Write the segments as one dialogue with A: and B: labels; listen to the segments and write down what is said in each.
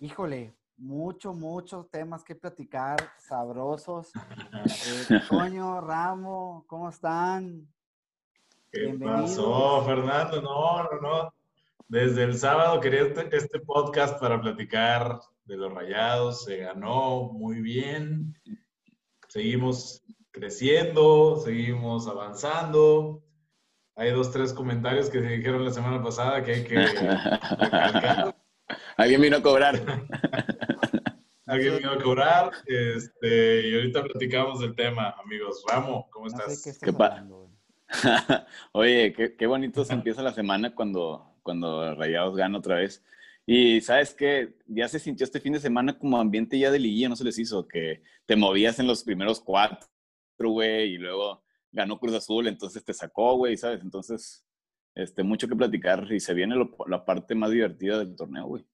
A: Híjole, muchos, muchos temas que platicar, sabrosos. Eh, Toño, Ramo, ¿cómo están?
B: ¿Qué pasó, Fernando? No, no, no. Desde el sábado quería este, este podcast para platicar de los rayados. Se ganó muy bien. Seguimos creciendo, seguimos avanzando. Hay dos, tres comentarios que se dijeron la semana pasada que hay que recalcar.
C: Alguien vino a cobrar.
B: Alguien vino a cobrar. Este, y ahorita platicamos del tema, amigos. Ramo, ¿cómo estás?
A: No sé qué
C: ¿Qué
A: estás
C: pa-
A: hablando, güey.
C: Oye, qué, qué bonito se empieza la semana cuando, cuando Rayados gana otra vez. Y sabes qué, ya se sintió este fin de semana como ambiente ya de liguilla, no se les hizo, que te movías en los primeros cuatro, güey, y luego ganó Cruz Azul, entonces te sacó, güey, ¿sabes? Entonces, este, mucho que platicar y se viene lo- la parte más divertida del torneo, güey.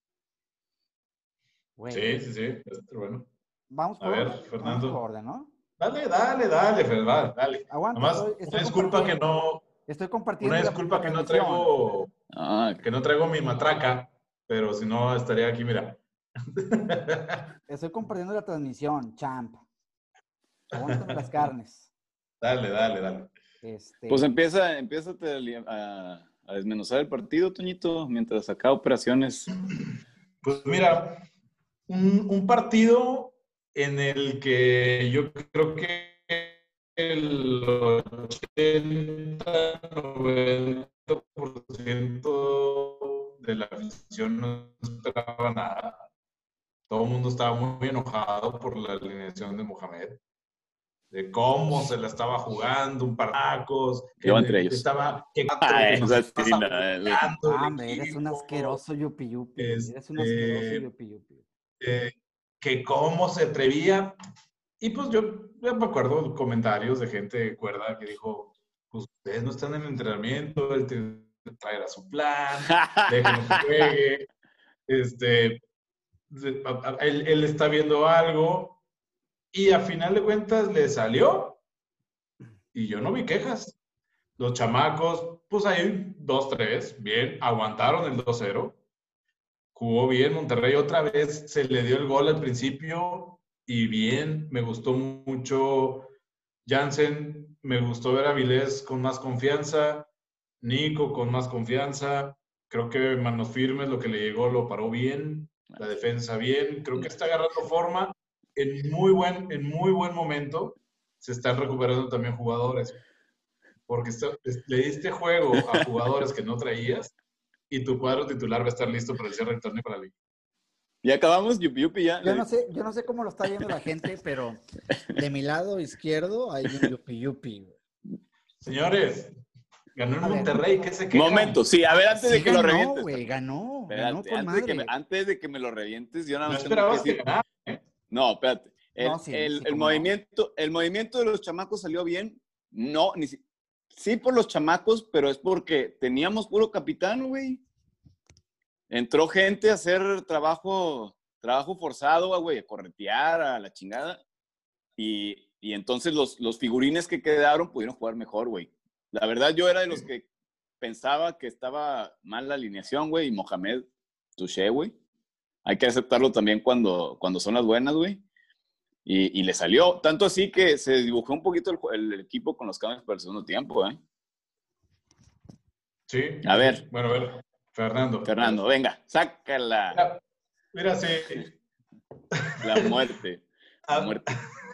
A: Güey,
B: Sí, sí, sí. Este, Bueno.
A: Vamos
B: A
A: por,
B: ver,
A: orden, vamos
B: Fernando.
A: por orden, ¿no?
B: Dale, dale, dale, Fernando, dale.
A: Aguanta.
B: Nomás,
A: estoy-
B: una
A: estoy
B: disculpa que
A: compartiendo-
B: no,
A: Estoy compartiendo.
B: una
A: la
B: disculpa que no
A: transmisión.
B: traigo,
C: Ah,
B: que no traigo mi matraca, pero si no estaría aquí, mira.
A: Estoy compartiendo la transmisión, champ. Aguántame las carnes.
B: Dale, dale, dale.
A: Este,
C: Pues empieza, empieza a, a desmenuzar el partido, Toñito, mientras acá operaciones.
B: Pues mira, un, un partido en el que yo creo que el 80-90% de la afición no esperaba nada. Todo el mundo estaba muy enojado por la alineación de Mohamed, de cómo se la estaba jugando, un par de tacos,
C: Yo
B: que-
C: entre
B: que
C: ellos.
B: Estaba, que-
C: Ah,
B: que nos
C: esa
B: estaba
C: sí, la- la-
B: saboteando el
A: ah, hombre, eres un
B: equipo.
A: asqueroso yupi yupi. güey, Eres un
B: Este,
A: asqueroso yupi yupi.
B: eh, que cómo se atrevía. Y pues yo, yo me acuerdo comentarios de gente cuerda que dijo, pues ustedes no están en el entrenamiento, él te- traerá su plan, déjenlo que juegue. Este, se- a- a- él, él está viendo algo y a final de cuentas le salió y yo no vi quejas. Los chamacos, pues ahí dos, tres, bien, aguantaron el 2-0 jugó bien Monterrey otra vez, se le dio el gol al principio y bien, me gustó mucho Jansen, me gustó ver a Vilés con más confianza, Nico con más confianza, creo que manos firmes, lo que le llegó lo paró bien, la defensa bien, creo que está agarrando forma en muy buen, en muy buen momento, se están recuperando también jugadores. Porque está- le diste juego a jugadores que no traías y tu cuadro titular va a estar listo para el cierre del torneo y para la liga.
C: Ya acabamos, yupi yupi, ya.
A: Yo no, sé, yo no sé cómo lo está viendo la gente, pero de mi lado izquierdo hay un yupi yupi. güey.
B: Señores, ganó el
A: A ver.
B: Monterrey, ¿qué se quejan?
C: Momento, sí, a ver, antes
A: Sí
C: de que lo
A: ganó,
C: revientes.
A: güey, ganó. Ganó
C: Espérate,
A: con
C: antes, de que me,
A: madre.
C: antes de que me lo revientes, yo nada
B: No
C: más tengo que
B: esperabas que
C: decir-
B: ganara.
C: No, espérate. El,
A: No, sí,
C: el-
A: sí,
C: el
A: cómo no.
C: movimiento, el movimiento de los chamacos salió bien. No, ni si- sí por los chamacos, pero es porque teníamos puro capitán, güey. Entró gente a hacer trabajo, trabajo forzado, güey, a corretear, a la chingada. Y, y entonces los, los figurines que quedaron pudieron jugar mejor, güey. La verdad, yo era de los que pensaba que estaba mal la alineación, güey, y Mohamed Touché, güey. Hay que aceptarlo también cuando, cuando son las buenas, güey. Y, y le salió. Tanto así que se dibujó un poquito el, jue- el- el equipo con los cambios para el segundo tiempo, ¿eh?
B: Sí.
C: A ver,
B: Bueno, a ver, Fernando.
C: Fernando, venga, sácala.
B: Mira, mira, sí. Ah,
C: La muerte. La muerte.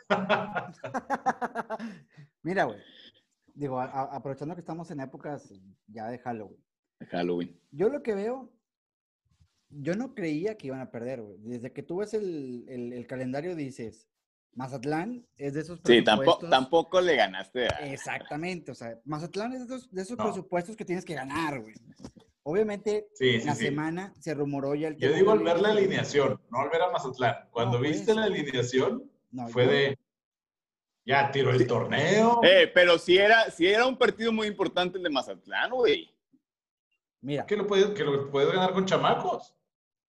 A: Mira, güey. Digo, a- a- aprovechando que estamos en épocas ya de Halloween.
C: de Halloween.
A: Yo lo que veo, yo no creía que iban a perder, güey. Desde que tú ves el, el- el calendario dices, Mazatlán es de esos
C: Sí, tampoco,
A: presupuestos-
C: tampoco le ganaste
B: Eh.
C: a...
A: Exactamente, o sea, Mazatlán es de esos, de esos
B: No.
A: presupuestos que tienes que ganar, güey. Obviamente,
B: Sí, sí,
A: la
B: sí.
A: semana se rumoró ya el
B: Yo
A: tema
B: digo al
A: de-
B: ver la alineación, no al ver a Mazatlán. Cuando
A: No,
B: viste
A: pues.
B: la alineación,
A: No,
B: fue
A: yo-
B: de. Ya tiró el torneo.
C: Eh, pero si era, si era un partido muy importante el de Mazatlán, güey.
A: Mira,
B: Que lo, puedes, que lo puedes ganar con chamacos.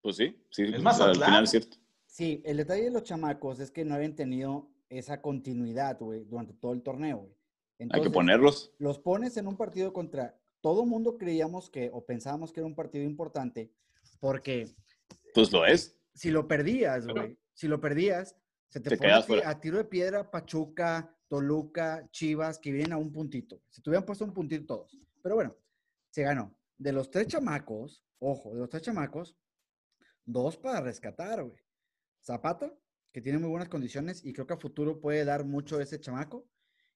C: Pues sí, sí.
B: ¿Es
C: pues,
B: Mazatlán?
C: Al final es cierto.
A: sí, el detalle de los chamacos es que no habían tenido esa continuidad, güey, durante todo el torneo, güey.
C: Hay que
A: Entonces,
C: ponerlos.
A: los pones en un partido contra todo mundo creíamos que o pensábamos que era un partido importante porque
C: Pues lo es.
A: si lo perdías,
B: Pero-
A: güey, si lo perdías, se te,
C: Te
A: pone
C: quedas
A: ti-
C: fuera.
A: a tiro de piedra Pachuca, Toluca, Chivas, que vienen a un puntito. Se te hubieran puesto un puntito todos. Pero bueno, se ganó. De los tres chamacos, ojo, de los tres chamacos, dos para rescatar, güey. Zapata, que tiene muy buenas condiciones y creo que a futuro puede dar mucho ese chamaco.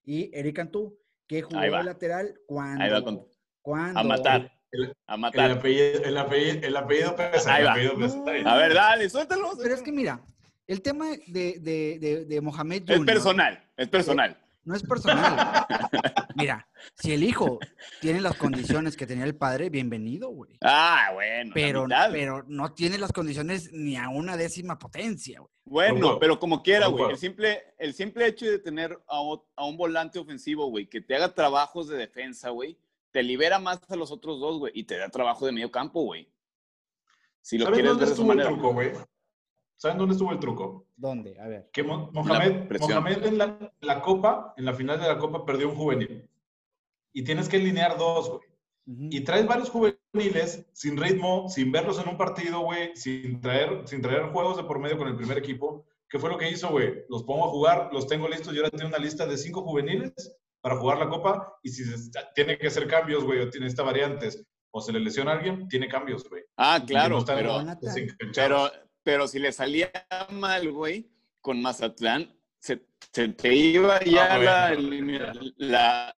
A: Y Eric Cantú, que jugó
C: va.
A: de lateral cuando.
C: Ahí va con-
A: cuando
C: A matar,
B: El-
C: a
B: El
C: matar.
B: apellido, el apellido, el apellido pesa,
C: Ahí
B: el
C: va.
B: apellido pesa.
A: No.
C: A ver, dale, suéltalo.
A: Pero es que mira, el tema de, de, de, de Mohamed
C: Es
A: Junior
C: personal, es personal.
A: no es personal. mira, si el hijo tiene las condiciones que tenía el padre, bienvenido, güey.
C: Ah, bueno. la
A: Pero,
C: mitad.
A: pero no tiene las condiciones ni a una décima potencia, güey.
C: Bueno,
B: Concuerdo.
C: pero como quiera, güey. El
B: Concuerdo.
C: simple, el simple hecho de tener a, o- a un volante ofensivo, güey, que te haga trabajos de defensa, güey, te libera más a los otros dos, güey, y te da trabajo de medio campo, güey. Si lo
B: ¿Sabes
C: quieres
B: dónde
C: ver de esa
B: estuvo el
C: manera.
B: truco, güey? ¿Saben dónde estuvo el truco?
A: ¿Dónde? A ver.
B: Que Mo- Mohamed,
C: presión.
B: Mohamed en la, la Copa, en la final de la Copa, perdió un juvenil. Y tienes que alinear dos, güey.
A: Ujú.
B: Y traes varios juveniles sin ritmo, sin verlos en un partido, güey, sin traer, sin traer juegos de por medio con el primer equipo. ¿Qué fue lo que hizo, güey? Los pongo a jugar, los tengo listos. Yo ahora tengo una lista de cinco juveniles para jugar la Copa. Y si se- tiene que hacer cambios, güey, o tiene esta variantes, o se le lesiona a alguien, tiene cambios, güey.
C: Ah, claro,
B: Y no están
C: pero,
A: jugando.
B: desenganchados.
C: pero, pero si le salía mal, güey, con Mazatlán, se, se te iba ya
B: Ah,
C: la,
B: bueno.
C: elimina- la-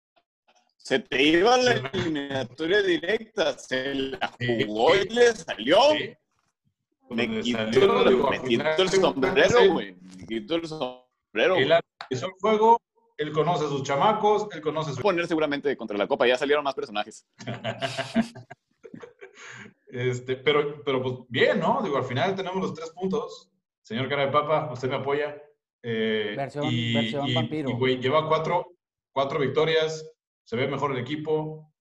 C: Se te iba la
B: Sí.
C: eliminatoria directa, se la
B: Sí.
C: jugó y le salió.
B: Sí.
C: Me
B: Donde
C: quito,
B: salió, digo,
C: me
B: al
C: quito
B: final,
C: el sombrero, güey. Me quito el sombrero. güey.
B: Él analizó el juego, él conoce a sus chamacos, él conoce a
C: Va a
B: su...
C: poner seguramente contra la Copa. Ya salieron más personajes.
B: Este, pero, pero pues bien, ¿no? Digo, al final tenemos los tres puntos. Señor Cara de Papa, usted me apoya. Eh,
A: Versión- versión
B: y,
A: vampiro.
B: y, güey, lleva cuatro, cuatro victorias, se ve mejor el equipo,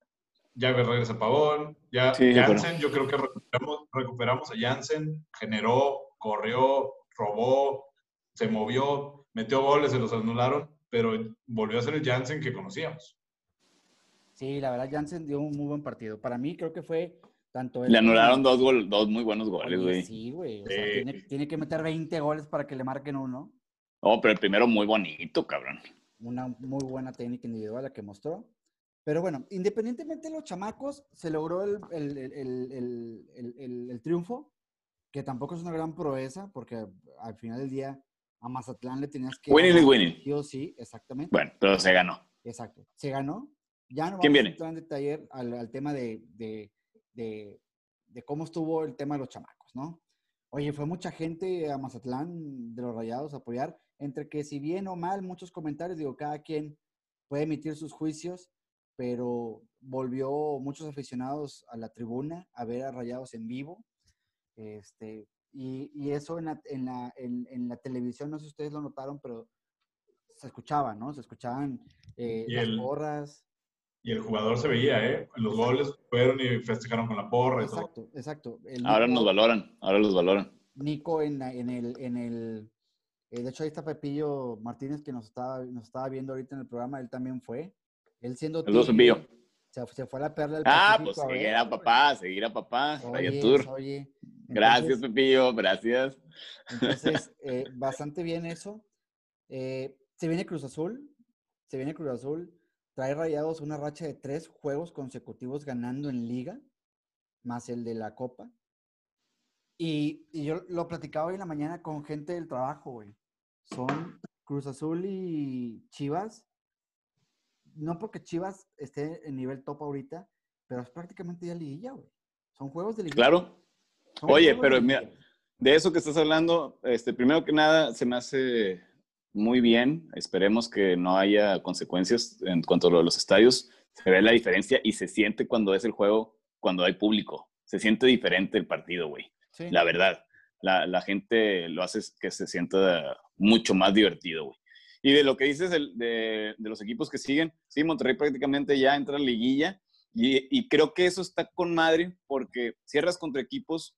B: ya regresa Pavón, ya
C: Sí, pero-
B: Jansen, yo creo que recuperamos, recuperamos a Jansen, generó, corrió, robó, se movió, metió goles, se los anularon, pero volvió a ser el Jansen que conocíamos.
A: Sí, la verdad, Jansen dio un muy buen partido. Para mí, creo que fue tanto. él
C: Le
A: como-
C: anularon dos, gol, dos muy buenos
A: Oye,
C: goles, güey.
A: Sí, güey. o sea,
B: Sí.
A: tiene, tiene que meter 20 goles para que le marquen uno.
C: Oh, pero el primero muy bonito, cabrón.
A: una muy buena técnica individual la que mostró. Pero bueno, independientemente de los chamacos, se logró el, el- el- el- el- el- el- el triunfo, que tampoco es una gran proeza, porque al final del día a Mazatlán le tenías que...
C: Winning is
A: ganar,
C: winning.
A: sí o sí, exactamente.
C: Bueno, pero se ganó.
A: Exacto. Se ganó. Ya no vamos
C: ¿Quién
A: a
C: viene?
A: entrar en detalle al, al tema de, de, de- de cómo estuvo el tema de los chamacos, ¿no? Oye, fue mucha gente a Mazatlán de los Rayados a apoyar, entre que si bien o mal, muchos comentarios, digo, cada quien puede emitir sus juicios, pero volvió muchos aficionados a la tribuna a ver a Rayados en vivo. Este, y, y eso en la, en, la, en- en la televisión, no sé si ustedes lo notaron, pero se escuchaba, ¿no? Se escuchaban eh,
B: Y
A: las
B: el-
A: porras.
B: Y el jugador se veía, ¿eh? Los goles fueron y festejaron con la porra y todo.
A: Exacto, exacto. El
C: Ahora
A: Nico-
C: nos valoran. Ahora los valoran.
A: Nico en, la- en el, en el, eh, de hecho ahí está Pepillo Martínez que nos estaba, nos estaba viendo ahorita en el programa, él también fue. Él siendo
C: Saludos,
A: tigre,
C: Pepillo.
A: se, se fue a la perla del
C: Ah, pues
A: Pacífico a
C: seguir
A: ver,
C: a papá, seguir a
A: oye,
C: papá.
A: pues,
C: Raya Tour.
A: oye.
C: Gracias,
A: Entonces-
C: Pepillo. Gracias.
A: Entonces, eh, bastante bien eso. Eh, se viene Cruz Azul, se viene Cruz Azul, trae rayados una racha de tres juegos consecutivos ganando en liga, más el de la Copa. Y, y yo lo platicaba hoy en la mañana con gente del trabajo, güey. Son Cruz Azul y Chivas. No porque Chivas esté en nivel top ahorita, pero es prácticamente ya liguilla, güey. Son juegos de liguilla.
C: Claro.
A: son
C: Oye,
A: juegos de
C: pero mira,
A: liguilla.
C: De eso que estás hablando, este, primero que nada, se me hace muy bien. Esperemos que no haya consecuencias en cuanto a lo de los estadios. Se ve la diferencia y se siente cuando es el juego, cuando hay público. Se siente diferente el partido, güey.
A: Sí.
C: La verdad, la, la gente lo hace que se sienta mucho más divertido, güey. Y de lo que dices del- de, de los equipos que siguen, sí, Monterrey prácticamente ya entra en liguilla y, y creo que eso está con madre porque cierras contra equipos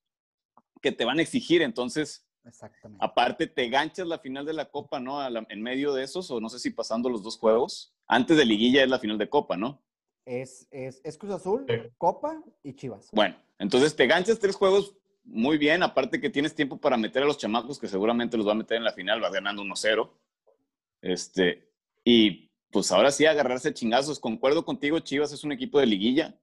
C: que te van a exigir, entonces
A: Exactamente.
C: aparte te ganchas la final de la Copa, ¿no? A la- en medio de esos o no sé si pasando los dos juegos. Antes de liguilla es la final de Copa, ¿no?
A: Es, es, es Cruz Azul,
B: Sí.
A: Copa y Chivas.
C: Bueno, entonces te ganchas tres juegos muy bien. Aparte que tienes tiempo para meter a los chamacos, que seguramente los va a meter en la final, vas ganando 1-0. Este, y pues ahora sí, agarrarse a chingazos. Concuerdo contigo, Chivas es un equipo de liguilla.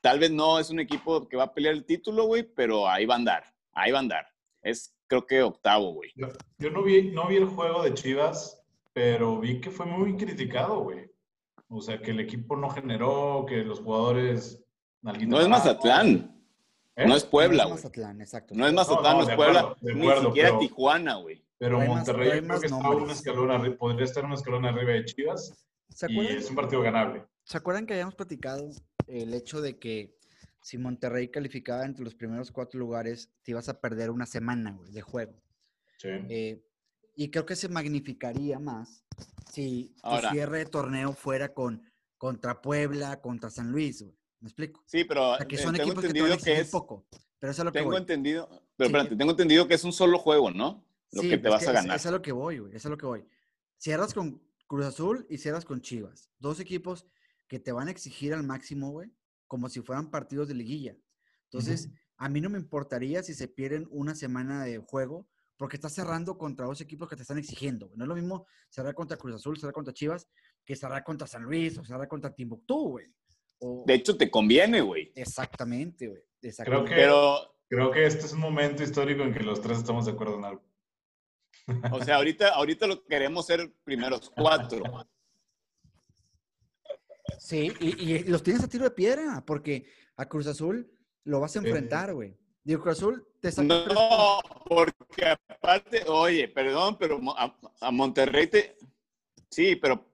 C: Tal vez no es un equipo que va a pelear el título, güey, pero ahí va a andar. Ahí va a andar. Es, creo que octavo, güey.
B: Yo, yo no, vi, no vi el juego de Chivas, pero vi que fue muy criticado, güey. O sea, que el equipo no generó, que los jugadores...
C: No es Mazatlán.
B: ¿Eh?
C: No es Puebla,
A: No es
C: güey.
A: Mazatlán, exacto.
C: No es Mazatlán,
B: no,
C: no, es
B: de
C: Puebla.
B: acuerdo, de
C: ni
B: acuerdo,
C: siquiera
B: pero-
C: Tijuana, güey.
B: Pero
A: Hay más-
B: Monterrey
A: hay
B: yo creo
A: más
B: que está
A: nombres.
B: un escalón arriba, podría estar un escalón arriba de Chivas
A: ¿Se
B: y
A: acuerdan?
B: es un partido ganable.
A: ¿Se acuerdan que habíamos platicado el hecho de que si Monterrey calificaba entre los primeros cuatro lugares, te ibas a perder una semana güey, de juego?
B: Sí.
A: Eh, y creo que se magnificaría más si tu
C: Ahora.
A: cierre de torneo fuera con contra Puebla, contra San Luis, güey. ¿Me explico?
C: Sí, pero
A: O sea, que
C: eh,
A: son
C: tengo
A: equipos que te van a
C: entendido que,
A: exigir
C: es.
A: poco. Pero eso es a lo que
C: Tengo
A: voy.
C: entendido. Pero
A: Sí.
C: espérate, tengo entendido que es un solo juego, ¿no? Lo
A: Sí,
C: que
A: pero
C: te
A: es
C: vas a
A: es-
C: ganar.
A: Es a lo que voy, güey. Es a lo que voy. Cierras con Cruz Azul y cierras con Chivas. Dos equipos que te van a exigir al máximo, güey, como si fueran partidos de liguilla. Entonces, a mí no me importaría si se pierden una semana de juego, porque estás cerrando contra dos equipos que te están exigiendo. güey. No es lo mismo cerrar contra Cruz Azul, cerrar contra Chivas, que cerrar contra San Luis o cerrar contra Timbuktu, güey. O-
C: De hecho, te conviene, güey.
A: Exactamente, güey.
B: Creo
A: Exactamente.
B: que,
C: Pero,
B: creo que este es un momento histórico en que los tres estamos de acuerdo en algo.
C: o sea, ahorita, ahorita lo que queremos ser primeros cuatro.
A: Sí, y, y los tienes a tiro de piedra, porque a Cruz Azul lo vas a
B: Sí.
A: enfrentar, güey. Digo, Cruz Azul te saca tres puntos.
C: No, porque aparte, oye, perdón, pero mo- a, a Monterrey te. Sí, pero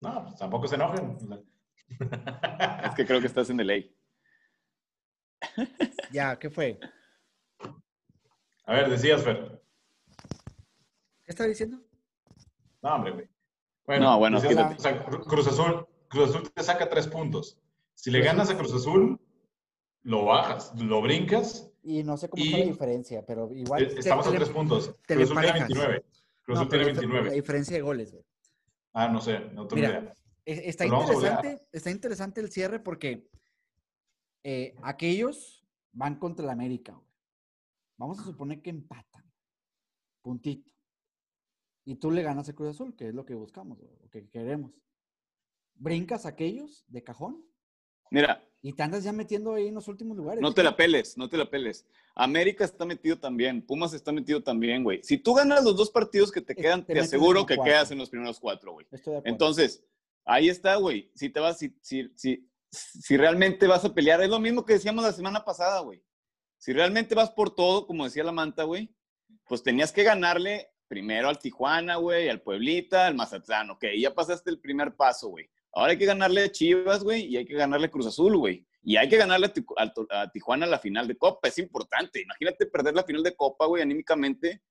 B: No, pues tampoco se enojen. O sea,
C: es que creo que estás en delay.
A: Ya, ¿qué fue? ¿Qué
B: A ver, decías, Fer.
A: estaba diciendo?
B: No, hombre, güey.
C: No, bueno,
B: decías,
A: quítate.
B: o sea, Cru- Cruz Azul, Cruz Azul te saca tres puntos. Si le
A: Cruz
B: ganas a Cruz Azul, lo bajas, lo brincas,
A: Y no sé cómo
B: Y-
A: está la diferencia, pero igual.
B: eh,
A: te-
B: estamos
A: te
B: a
A: le-
B: tres puntos.
A: te
B: Cruz
A: le
B: Azul tiene
A: parejas.
B: 29. Cruz
A: no,
B: Azul tiene
A: pero la- La
B: 29.
A: diferencia de goles, güey.
B: Ah, no sé, no tengo
A: Mira,
B: idea.
A: Es- Está
B: Pero
C: pues,
B: vamos a golear.
A: interesante, está interesante el cierre porque eh, aquellos van contra el América, güey. Vamos a suponer que empatan. Puntito. Y tú le ganas a Cruz Azul, que es lo que buscamos, güey, lo que queremos. Brincas a aquellos de cajón
C: Mira,
A: y te andas ya metiendo ahí en los últimos lugares.
C: No
A: güey.
C: te la peles, no te la peles. América está metido también, Pumas está metido también, güey. Si tú ganas los dos partidos que te
A: Te
C: quedan, te,
A: meten en
C: aseguro
A: los
C: que
A: cuatro.
C: quedas en los primeros cuatro, güey.
A: Estoy de acuerdo.
C: Entonces, ahí está, güey. Si te vas, si, si, si, si realmente vas a pelear, es lo mismo que decíamos la semana pasada, güey. Si realmente vas por todo, como decía la manta, güey, pues tenías que ganarle primero al Tijuana, güey, al Pueblita, al Mazatlán, ok. Ya pasaste el primer paso, güey. Ahora hay que ganarle a Chivas, güey, y hay que ganarle a Cruz Azul, güey. Y hay que ganarle a, Ticu- al to- a Tijuana la final de Copa. Es importante. Imagínate perder la final de Copa, güey, anímicamente.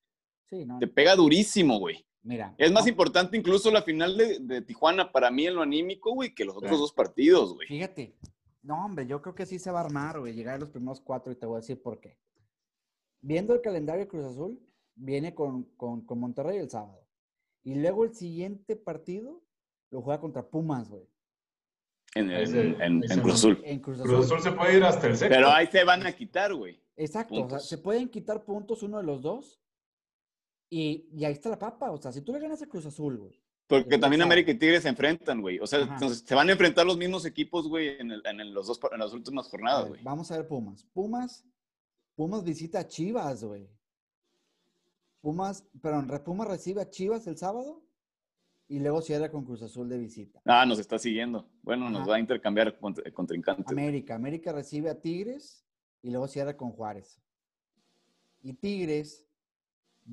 A: sí, no,
C: Te pega durísimo, güey.
A: mira.
C: Es más
A: ah,
C: importante incluso la final de, de Tijuana para mí en lo anímico, güey, que los otros
B: Claro.
C: dos partidos, güey.
A: Fíjate, no, hombre, yo creo que sí se va a armar, güey, llegar a los primeros cuatro y te voy a decir por qué. Viendo el calendario de Cruz Azul, viene con, con, con Monterrey el sábado. Y luego el siguiente partido lo juega contra Pumas, güey,
C: En, en-
B: Ese-
C: en-
B: ese
C: en Cruz
B: no.
C: Azul.
A: en Cruz Azul.
B: Cruz Azul se puede ir hasta el sexto.
C: Pero ahí se van a quitar, güey.
A: Exacto, o sea, se
C: puntos.
A: pueden quitar puntos uno de los dos. Y, y ahí está la papa, o sea, si tú le ganas a Cruz Azul, güey,
C: Porque
A: Quién
C: también
A: sabe.
C: América y Tigres se enfrentan, güey. O sea,
A: Ajá.
C: entonces se van a enfrentar los mismos equipos, güey, en, el- en el- los dos, par- en las últimas
A: a
C: jornadas,
A: ver,
C: güey.
A: vamos a ver Pumas. Pumas, Pumas visita a Chivas, güey. Pumas, perdón, re- Pumas recibe a Chivas el sábado y luego cierra con Cruz Azul de visita.
C: Ah, nos está siguiendo. Bueno, nos
A: Ajá.
C: va a intercambiar cont- contrincantes. güey.
A: América, América recibe a Tigres y luego cierra con Juárez. Y Tigres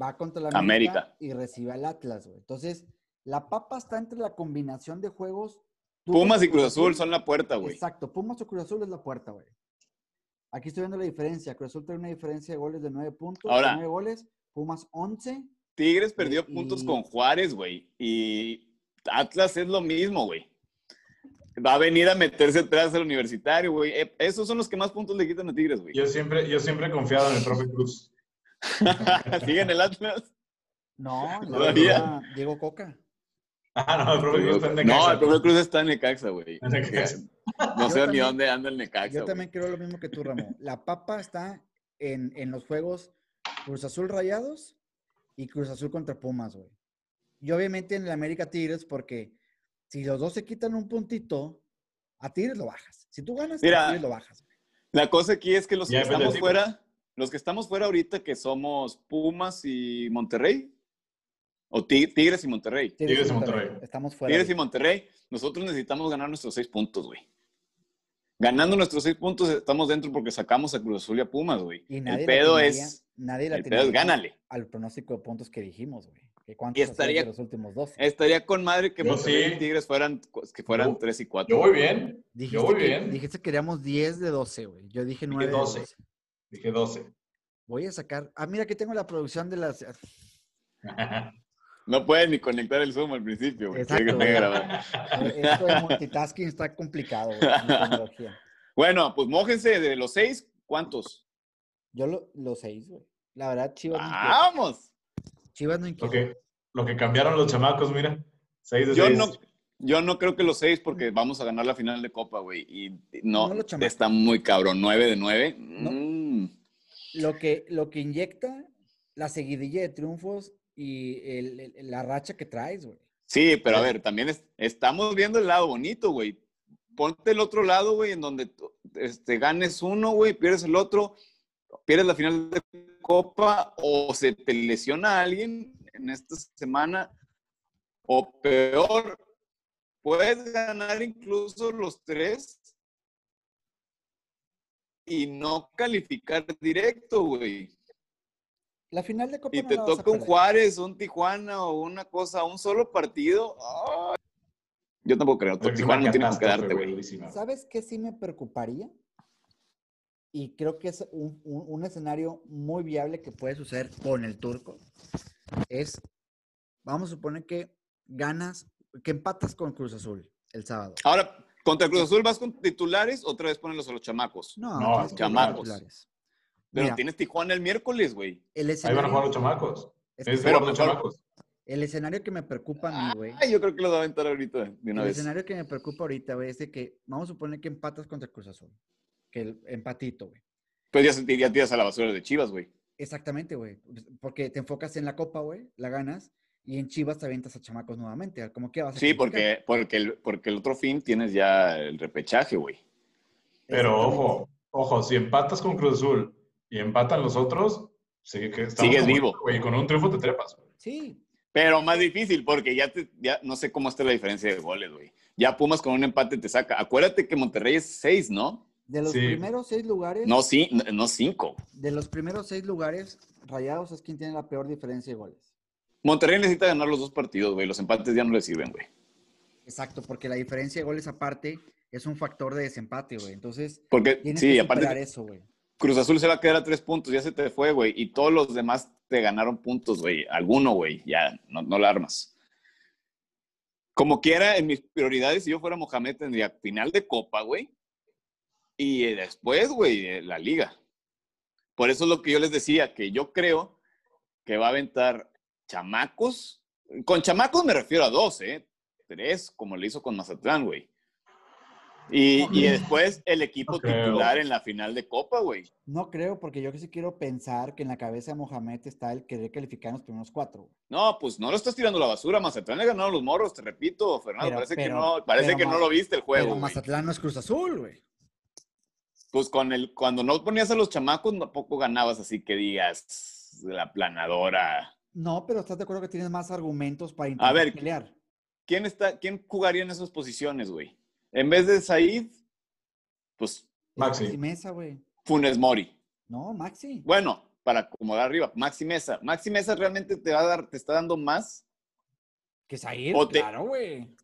A: va contra la América,
C: América.
A: y recibe al Atlas, güey. Entonces, la papa está entre la combinación de juegos. duros
C: Pumas
A: de
C: y Cruz Azul son la puerta, güey.
A: Exacto, Pumas o Cruz Azul es la puerta, güey. Aquí estoy viendo la diferencia. Cruz Azul tiene una diferencia de goles de 9 puntos. de
C: Ahora.
A: 9 goles. Pumas 11.
C: Tigres perdió
A: Y-
C: puntos con Juárez, güey. Y Atlas es lo mismo, güey. Va a venir a meterse atrás al universitario, güey. Eh, Esos son los que más puntos le quitan a Tigres, güey.
B: Yo siempre, yo siempre he confiado en el profe Cruz.
C: Siguen el Atlas.
A: No, la
C: Todavía.
A: verdad, Diego Coca.
B: Ah, no, el profe Cruz está en
C: No,
B: Necaxa.
C: el profe Cruz está en Necaxa, güey.
B: En Necaxa.
C: No
A: Ah, Yo
C: sé ni
A: también-
C: dónde anda el Necaxa.
A: Yo
C: güey.
A: también creo lo mismo que tú, Ramón. La papa está en, en los juegos Cruz Azul Rayados y Cruz Azul contra Pumas, güey. Y obviamente en el América Tigres, porque si los dos se quitan un puntito, a Tigres lo bajas. Si tú ganas,
C: Mira.
A: a Tigres lo bajas.
C: La cosa aquí es que los que
B: Ya, pero
C: estamos
B: sí, pues.
C: fuera, los que estamos fuera ahorita, que somos Pumas y Monterrey, o Ti- Tigres y Monterrey.
B: Tigres y Monterrey.
A: Estamos fuera.
C: Tigres y
A: güey.
C: Monterrey, nosotros necesitamos ganar nuestros seis puntos, güey. Ganando nuestros seis puntos estamos dentro porque sacamos a Cruz Azul y a Pumas, güey.
A: Y nadie
C: El
A: le
C: pedo
A: atinaría-
C: es,
A: Nadie le
C: el pedo es
A: atinaría
C: gánale.
A: Al pronóstico de puntos que dijimos, güey. Que cuántos
C: Y
A: hacer de
C: estaría- Eh,
A: los últimos dos.
C: Estaría con madre que
B: Yo
C: Monterrey
B: sí.
C: y Tigres fueran, que fueran
B: Yo-
C: tres y cuatro.
B: Yo voy bien.
A: Dijiste,
B: voy
A: que,
B: bien.
A: dijiste que éramos 10 de 12, güey. Yo dije 9 de
B: 12.
A: 12.
B: Dije 12.
A: Voy a sacar. Ah, mira, aquí tengo la producción de las.
C: No pueden ni conectar el Zoom al principio, güey.
A: Exacto,
C: Tienen que
A: güey.
C: grabar.
A: Esto de multitasking está complicado, güey. con la tecnología.
C: Bueno, pues mójense de los seis, ¿cuántos?
A: Yo lo, los seis, güey. La verdad, Chivas no inquieta.
C: ¡Vamos!
A: Chivas no inquieta.
B: lo, que, lo que cambiaron los chamacos, mira. 6 de
C: Yo
B: 6.
C: no, yo no creo que los seis, porque vamos a ganar la final de Copa, güey. Y no,
A: No, los chamacos.
C: está muy cabrón. Nueve de nueve. Mm.
A: Lo que, lo que inyecta la seguidilla de triunfos y el- el- la racha que traes, güey.
C: Sí, pero a ver, también es- estamos viendo el lado bonito, güey. Ponte el otro lado, güey, en donde tú, este, ganes uno, güey, pierdes el otro, pierdes la final de Copa, o se te lesiona alguien en esta semana, o peor, puedes ganar incluso los tres y no calificar directo, güey.
A: La final de Copa
C: Y
A: no
C: te
A: la vas a
C: toca un
A: perder.
C: Juárez, un Tijuana o una cosa, un solo partido. ¡ay! Yo tampoco creo.
B: Creo que es
C: Tijuana
B: una
C: no tiene que
B: catástrofe,
C: quedarte, güey.
B: durísima.
A: ¿Sabes qué sí me preocuparía? Y creo que es un, un- un escenario muy viable que puede suceder con el turco. Es, vamos a suponer que ganas, que empatas con Cruz Azul el sábado.
C: Ahora, contra Cruz Azul vas con titulares, otra vez ponenlos a los chamacos.
A: No,
B: No,
A: tienes que jugar
C: chamacos.
A: titulares.
C: Pero
A: Mira,
C: tienes Tijuana el miércoles, güey.
A: el
B: Ahí van a jugar los
A: escenario,
B: chamacos.
A: es que
B: Es
C: Pero
B: jugar los
C: mejor-
B: chamacos.
A: el escenario que me preocupa a mí, güey.
C: Ay, yo creo que lo va a aventar ahorita de una
A: el
C: vez.
A: escenario que me preocupa ahorita, güey, es de que vamos a suponer que empatas contra Cruz Azul. Que el empatito, güey.
C: Pues ya, sentí- ya tiras a la basura de Chivas, güey.
A: Exactamente, güey. pues, Porque te enfocas en la copa, güey, la ganas, y en Chivas te avientas a chamacos nuevamente. Como que vas a
C: Sí,
A: calificar.
C: porque, porque, el, porque el otro fin tienes ya el repechaje, güey.
B: Pero
A: Exactamente.
B: ojo, ojo, si empatas con Cruz Azul y empatan los otros, sigue que estamos
C: Sigues
B: como-
C: vivo.
B: Güey, con un triunfo te trepas. güey.
A: Sí,
C: Pero más difícil, porque ya, te, ya no sé cómo está la diferencia de goles, güey. Ya Pumas con un empate te saca. Acuérdate que Monterrey es seis, ¿no?
A: de los
B: Sí.
A: primeros seis lugares,
C: No, sí, no- no cinco.
A: de los primeros seis lugares, Rayados es quien tiene la peor diferencia de goles.
C: Monterrey necesita ganar los dos partidos, güey. Los empates ya no le sirven, güey.
A: Exacto, porque la diferencia de goles aparte es un factor de desempate, güey. Entonces,
C: Porque,
A: tienes
C: sí,
A: que
C: aparte,
A: superar eso, güey.
C: Cruz Azul se va a quedar a tres puntos, ya se te fue, güey. Y todos los demás te ganaron puntos, güey. Alguno, güey. Ya, no, no la armas. Como quiera, en mis prioridades, si yo fuera Mohamed, tendría final de Copa, güey. Y eh, después, güey, eh, la Liga. Por eso es lo que yo les decía, que yo creo que va a aventar chamacos. Con chamacos me refiero a dos, ¿eh? Tres, como le hizo con Mazatlán, güey. Y, y después el equipo
B: No creo.
C: titular en la final de Copa, güey.
A: No creo, porque yo que sí quiero pensar que en la cabeza de Mohamed está el querer calificar en los primeros cuatro. güey.
C: No, pues no lo estás tirando a la basura. Mazatlán le ganaron los morros, te repito, Fernando.
A: Pero-
C: parece que
A: pero-
C: no, parece
A: pero
C: que
A: Maz-
C: no lo viste el juego.
A: Pero
C: güey.
A: Mazatlán no es Cruz Azul, güey.
C: Pues con el, cuando no ponías a los chamacos, tampoco ganabas, así que digas la planadora.
A: No, pero estás de acuerdo que tienes más argumentos para intentar
C: ver,
A: pelear.
C: ¿Quién está, quién jugaría en esas posiciones, güey? En vez de Said, pues
B: Maxi.
A: Maxi Mesa, güey.
C: Funes Mori.
A: No, Maxi.
C: Bueno, para acomodar arriba, Maxi Mesa. Maxi Mesa realmente te va a dar, te está dando más.
A: Que Zaid,
C: O te-
A: claro, güey.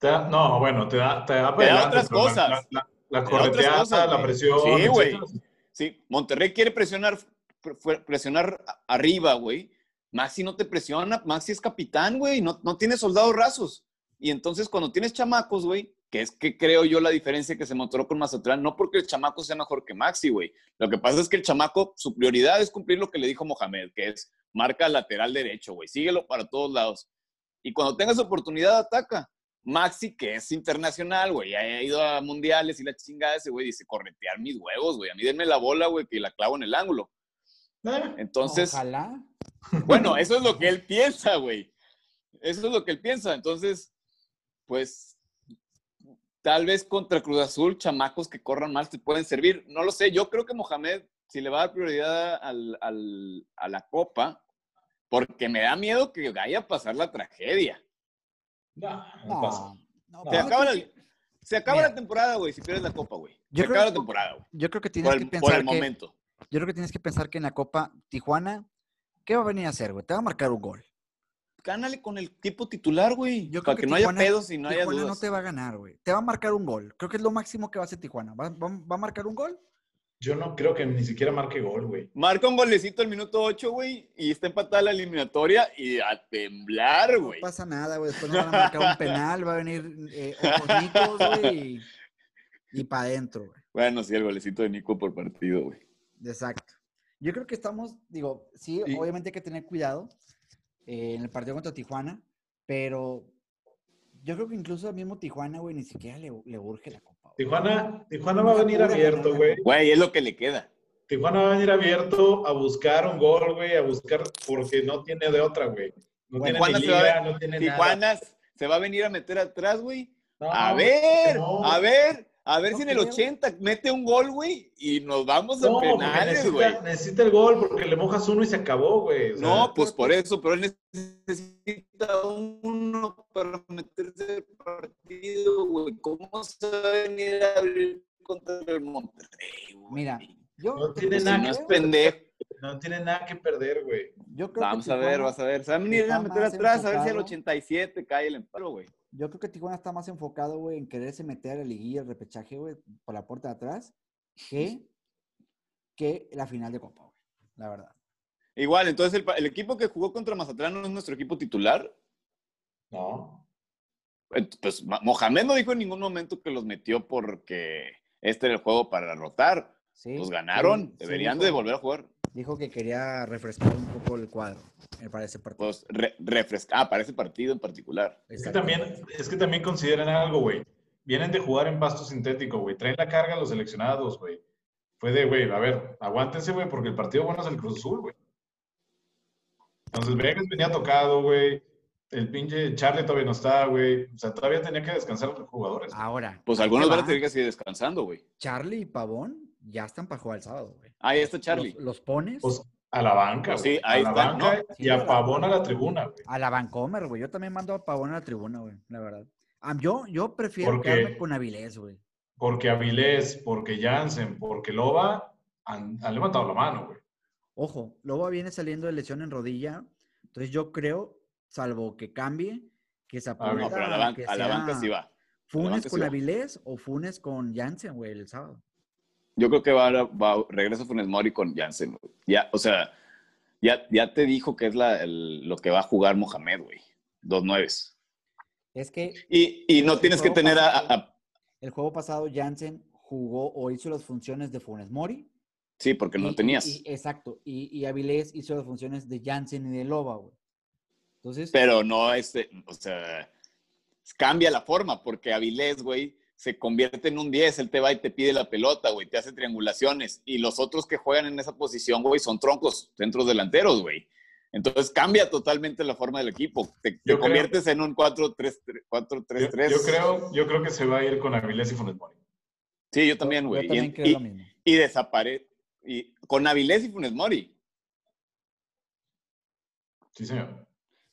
B: Te da- no, bueno, te da, te da, para
C: Te da
B: adelante,
C: otras
B: pero la-
C: cosas.
B: La, la- la
C: Te da otras
B: correteada,
C: cosas,
B: la
C: güey.
B: presión.
C: Sí, güey.
B: etcétera.
C: Sí, Monterrey quiere presionar, pre- fue- presionar a- arriba, güey. Maxi no te presiona, Maxi es capitán, güey, no, no tiene soldados rasos. Y entonces cuando tienes chamacos, güey, que es que creo yo la diferencia que se mostró con Mazatlán, no porque el chamaco sea mejor que Maxi, güey. Lo que pasa es que el chamaco, su prioridad es cumplir lo que le dijo Mohamed, que es marca lateral derecho, güey. Síguelo para todos lados. Y cuando tengas oportunidad, ataca. Maxi, que es internacional, güey, ha ido a mundiales y la chingada ese, güey, dice, corretear mis huevos, güey, a mí denme la bola, güey, que la clavo en el ángulo. Entonces,
A: Ojalá.
C: bueno, eso es lo que él piensa, güey. Eso es lo que él piensa. Entonces, pues, tal vez contra Cruz Azul, chamacos que corran mal te pueden servir. No lo sé. Yo creo que Mohamed, si le va a dar prioridad al- al- a la Copa, porque me da miedo que vaya a pasar la tragedia.
B: No, no pasa.
A: No, no, pues
B: Se
C: Se
A: pero-
C: acaba la, se acaba
A: Mira.
C: la temporada, güey, si pierdes la Copa, güey. Se
A: Yo creo
C: acaba
A: que-
C: la temporada, güey.
A: Yo creo que tienes
C: Por
A: que
C: el, por
A: pensar
C: el
A: que-
C: momento.
A: Yo creo que tienes que pensar que en la Copa Tijuana, ¿qué va a venir a hacer, güey? Te va a marcar un gol.
C: Gánale con el equipo titular, güey.
A: Yo creo
C: Para
A: que
C: que, no
A: Tijuana-
C: haya pedos y no haya
A: Tijuana
C: dudas.
A: no te va a ganar, güey. Te va a marcar un gol. Creo que es lo máximo que va a hacer Tijuana. Va, va- va a marcar un gol.
B: Yo no creo que ni siquiera marque gol, güey.
C: Marca un golecito al minuto 8, güey, y está empatada la eliminatoria y a temblar,
A: No
C: güey.
A: pasa nada, güey. Después no van a marcar un penal. Va a venir eh, ojos nicos, güey. Y, para adentro, güey.
C: Bueno, sí, el golecito de Nico por partido, güey.
A: Exacto. Yo creo que estamos, digo, sí,
B: Y-
A: obviamente hay que tener cuidado eh, en el partido contra Tijuana, pero yo creo que incluso al mismo Tijuana, güey, ni siquiera le, le urge la Copa. güey.
B: Tijuana, Tijuana va a venir abierto, güey.
C: Güey, es lo que le queda.
B: Tijuana va a venir abierto a buscar un gol, güey, a buscar porque no tiene de otra, güey. No
A: Bueno,
B: tiene
C: Tijuana
B: ni
C: se va a
B: liga, no tiene nada.
C: Tijuana se va a venir a meter atrás, güey.
B: No,
C: A
B: güey,
C: ver,
B: no.
C: a ver, a ver
A: No
C: si en el
A: creo.
C: 80 mete un gol, güey, y nos vamos a
B: No, porque
C: penales, güey.
B: necesita, necesita el gol porque le mojas uno y se acabó, güey. O sea,
C: No, pues por eso, pero él necesita uno para meterse al partido, güey. ¿Cómo se va a venir a abrir contra el Monterrey, güey?
A: Mira, yo,
B: No tiene
C: Si
B: nada
C: no es
B: que-
C: pendejo.
B: no tiene nada que perder, güey.
A: yo creo que
C: Vamos a ver,
A: Tijuana-
C: vas a ver. Se va a venir
A: está
C: a meter
A: más
C: atrás, a ver si al
A: enfocado.
C: 87 cae el empate, güey.
A: Yo creo que Tijuana está más enfocado, güey, en quererse meter a la liguilla, el repechaje, güey, por la puerta de atrás, que, que la final de Copa, güey. La verdad.
C: Igual, entonces el, pa- el equipo que jugó contra Mazatlán no es nuestro equipo titular.
B: No.
C: Eh, Pues Ma- Mohamed no dijo en ningún momento que los metió porque este era el juego para rotar.
A: Sí,
C: Los
A: sí,
C: Pues ganaron,
A: sí,
C: deberían
A: dijo-
C: de volver a jugar.
A: Dijo que quería refrescar un poco el cuadro, me parece partido.
C: Pues re- refresca. Ah, para ese partido en particular.
B: Es que también, es que también consideran algo, güey. Vienen de jugar en pasto sintético, güey. Traen la carga a los seleccionados, güey. Fue de, güey, a ver, aguántense, güey, porque el partido bueno es el Cruz Azul, güey. Entonces, Vegas venía tocado, güey. El pinche Charlie todavía no está, güey. O sea, todavía tenía que descansar los jugadores.
A: Ahora,
C: Pues
A: ahí
C: algunos
A: te
C: van a
A: va.
C: tener que seguir descansando, güey.
A: Charlie y Pavón ya están para jugar el sábado, güey.
C: Ahí está Charlie.
A: Los, los pones
B: Pues, a la banca,
C: Pues
B: güey.
C: sí, ahí
B: a la
C: está,
B: banca
C: ¿no?
B: y a Pavón a la tribuna, güey.
A: a la Vancomer, güey. Yo también mando a Pavón a la tribuna, güey, la verdad. Ah, Yo, yo prefiero
B: Porque-
A: quedarme con Avilés, güey.
B: Porque Avilés, porque Jansen, porque Loba han, han levantado la mano, güey.
A: Ojo, Loba viene saliendo de lesión en rodilla. Entonces yo creo, salvo que cambie, que se
B: Ah,
A: apunta
C: No, pero a la,
A: a que
C: banca, a la banca
A: sea
C: sí va.
A: Funes
C: banca sí
A: con
C: va.
A: Avilés o Funes con Jansen, güey, el sábado.
C: Yo creo que va, va regresa Funes Mori con Jansen. güey. Ya, o sea, ya, ya te dijo que es la, el- lo que va a jugar Mohamed, güey. Dos nueves.
A: Es que
C: Y, y no tienes que
A: Luego
C: tener a,
A: pasa-
C: a- a-
A: el juego pasado Jansen jugó o hizo las funciones de Funes Mori.
C: Sí, porque
A: y-
C: no
A: y-
C: tenías.
A: y- exacto. Y, y Avilés hizo las funciones de Jansen y de Loba, güey. Entonces,
C: Pero no, este, o sea, cambia la forma, porque Avilés, güey, se convierte en un 10. Él te va y te pide la pelota, güey, te hace triangulaciones. Y los otros que juegan en esa posición, güey, son troncos, centros delanteros, güey. Entonces cambia totalmente la forma del equipo. Te, te
B: Yo creo-
C: conviertes en un 4-3-3.
B: Yo,
C: 4-3-3.
B: yo creo, yo creo que se va a ir con Avilés y Funes Mori.
C: Sí, yo también,
A: yo
C: güey.
A: también
C: Y,
A: creo lo
C: y,
A: mismo.
C: y desaparece. Y, con Avilés y Funes Mori.
B: Sí, señor.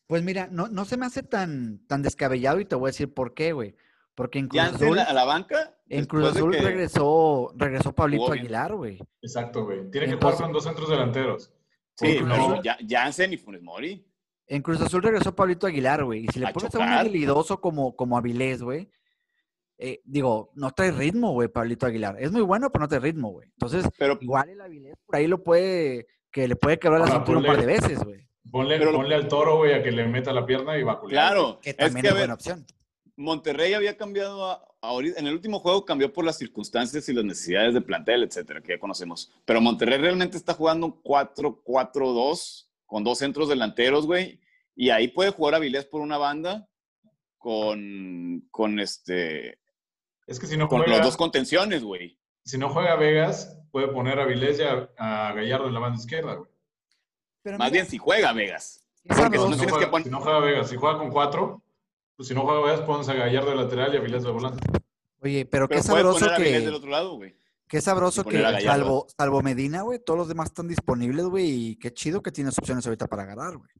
A: Pues mira, no, no se me hace tan, tan descabellado y te voy a decir por qué, güey. Porque en Cruz
C: Jansen
A: Azul,
C: a la banca.
A: en Cruz
C: después de
A: Azul
C: que-
A: regresó, regresó Pablito
C: jugó bien.
A: Aguilar, güey.
B: Exacto, güey. Tiene que
A: Entonces-
B: jugar con dos centros delanteros.
C: Sí,
B: Porque
C: pero
B: no-
C: Ya- Jansen y Funes Mori.
A: En Cruz Azul regresó Pablito Aguilar, güey. Y si le
C: A
A: pones a
C: chocar.
A: un habilidoso como, como Avilés, güey, eh, digo, no trae ritmo, güey, Pablito Aguilar. Es muy bueno, pero no trae ritmo, güey. Entonces,
C: Pero
A: igual el Avilés por ahí lo puede, que le puede quebrar la
B: Ahora,
A: cintura un par de
B: ponle-
A: veces, güey.
B: Ponle,
C: Pero lo-
B: ponle al toro, güey, a que le meta la pierna y va a culiar, güey.
C: Claro,
A: Que
C: es
A: también
C: que
A: es
C: a
A: buena
C: ver,
A: opción.
C: Monterrey había cambiado a- ahorita, en el último juego cambió por las circunstancias y las necesidades de plantel, etcétera, que ya conocemos. Pero Monterrey realmente está jugando un 4-4-2 con dos centros delanteros, güey, Y ahí puede jugar Avilés por una banda con, con este,
B: Es que si no
C: con
B: juega,
C: los dos contenciones, güey.
B: si no juega Vegas, puede poner a Vilés y a, a Gallardo en la banda izquierda, güey.
A: Pero
C: Más
A: mira,
C: bien si juega Vegas.
A: qué
B: Si
C: porque no
A: sabroso.
B: no,
C: tienes
B: juega,
C: que poner-
B: si no juega Vegas, si juega con cuatro, pues si no juega Vegas, pones a Gallardo de lateral y a Vilés de volante.
A: Oye, pero,
C: Pero
A: qué
C: puede
A: sabroso
C: poner a Avilés del
A: que,
C: otro lado, güey.
A: qué sabroso
C: y poner a
A: que
C: Gallardo.
A: salvo, salvo Medina, güey, todos los demás están disponibles, güey, y qué chido que tienes opciones ahorita para agarrar, güey.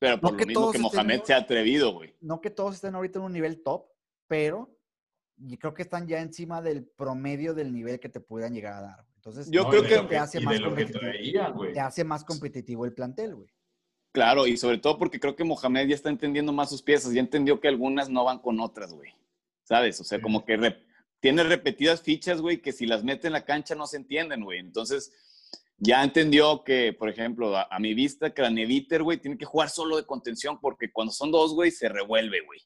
C: Pero por
A: que
C: lo mismo
A: todos
C: que
A: estén
C: Mohamed
A: en-
C: se ha atrevido, güey.
A: No que todos estén ahorita en un nivel top, pero y creo que están ya encima del promedio del nivel que te pudieran llegar a dar. Entonces,
C: Yo
B: No,
C: creo
B: y de
C: que- pues
B: lo
A: te hace
B: y
A: más
B: de lo que
A: competitivo.
B: traía, güey.
A: te hace más competitivo el plantel, güey.
C: Claro, y sobre todo porque creo que Mohamed ya está entendiendo más sus piezas, ya entendió que algunas no van con otras, güey. ¿Sabes? O sea,
B: Sí.
C: como que rep- tiene repetidas fichas, güey, que si las mete en la cancha no se entienden, güey. Entonces, ya entendió que, por ejemplo, a, a mi vista, que la Neviter, güey, tiene que jugar solo de contención porque cuando son dos, güey, se revuelve, güey.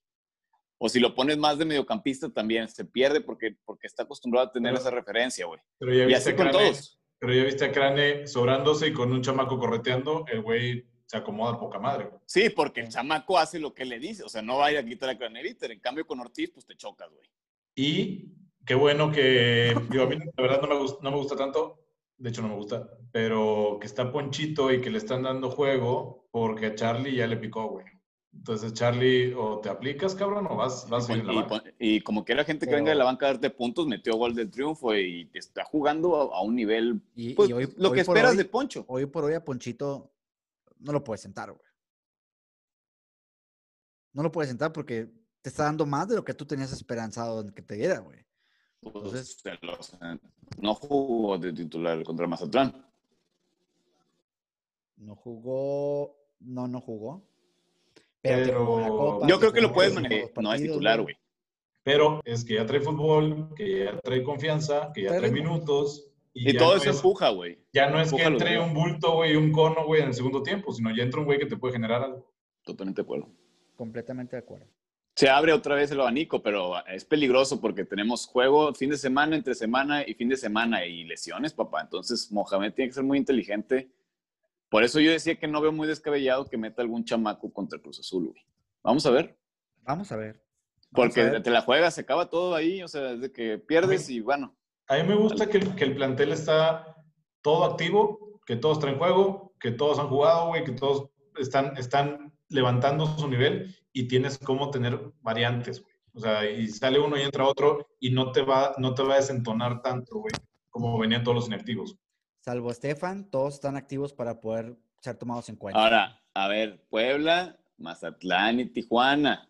C: O si lo pones más de mediocampista también, se pierde porque, porque está acostumbrado a tener
B: Pero-
C: esa referencia, güey.
B: Pero ya
C: Y
B: viste
C: así
B: a
C: con
B: Crane,
C: todos.
B: pero ya viste a Crane sobrándose y con un chamaco correteando, el güey se acomoda poca madre, güey.
C: Sí, porque el
A: Sí.
C: chamaco hace lo que le dice, o sea, no va a ir a quitar a Craneviter. En cambio, con Ortiz, pues te chocas, güey.
B: Y qué bueno que, digo, a mí la verdad no me, gusta, no me gusta tanto, de hecho no me gusta, pero que está Ponchito y que le están dando juego porque a Charlie ya le picó, güey. Entonces, Charlie, o te aplicas, cabrón, o vas, vas a ir a la
C: Y,
B: banca.
C: pon- y como quiera gente que
A: Pero-
C: venga de la banca a darte puntos, metió gol del triunfo y te está jugando a, a un nivel,
A: Y,
C: pues,
A: y hoy,
C: lo
A: hoy
C: que
A: por
C: esperas
A: hoy,
C: de Poncho.
A: hoy por hoy a Ponchito no lo puedes sentar, güey. No lo puedes sentar porque te está dando más de lo que tú tenías esperanzado en que te diera, güey.
C: Pues,
A: entonces-
C: se los- no jugó de titular contra Mazatlán.
A: No jugó, no, no jugó. Pero, te
B: Pero-
A: jugó la copa,
C: Yo
A: te
C: creo que
A: jugó
C: lo puedes
A: los
C: manejar,
A: dos
C: no es
A: partidos,
C: titular, güey.
B: Pero es que ya trae fútbol, que ya trae confianza, que ya
A: Trae
B: trae
A: ritmo.
B: minutos. Y,
C: Y
B: ya
C: todo
B: no
C: eso
B: es-
C: empuja, güey.
B: Ya no es que
C: empuja los
B: entre
C: dedos.
B: un bulto, güey, y un cono, güey, en el segundo tiempo, sino ya entra un güey que te puede generar algo.
C: Totalmente de acuerdo.
A: Completamente de acuerdo.
C: Se abre otra vez el abanico, pero es peligroso porque tenemos juego fin de semana, entre semana y fin de semana y lesiones, papá. Entonces, Mohamed tiene que ser muy inteligente. Por eso yo decía que no veo muy descabellado que meta algún chamaco contra Cruz Azul, güey. Vamos a ver.
A: Vamos a ver. vamos a
C: Porque
A: ver.
C: te la juegas, se acaba todo ahí, o sea, es de que pierdes y bueno.
B: A mí me gusta que, el- que el plantel está todo activo, que todos traen juego, que todos han jugado, güey, que todos están, están levantando su nivel y tienes cómo tener variantes, güey. O sea, y sale uno y entra otro y no te va, no te va a desentonar tanto, güey, como venían todos los inactivos.
A: Salvo Estefan, todos están activos para poder ser tomados en cuenta.
C: Ahora, a ver, Puebla, Mazatlán y Tijuana.